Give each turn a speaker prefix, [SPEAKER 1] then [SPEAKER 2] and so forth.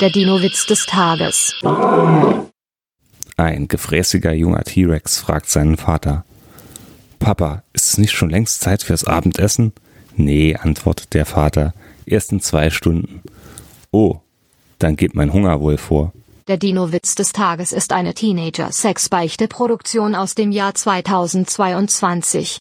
[SPEAKER 1] Der Dino-Witz des Tages.
[SPEAKER 2] Ein gefräßiger junger T-Rex fragt seinen Vater. Papa, ist es nicht schon längst Zeit fürs Abendessen? Nee, antwortet der Vater, erst in zwei Stunden. Oh, dann geht mein Hunger wohl vor.
[SPEAKER 1] Der Dino-Witz des Tages ist eine Teenager-Sex-Beichte-Produktion aus dem Jahr 2022.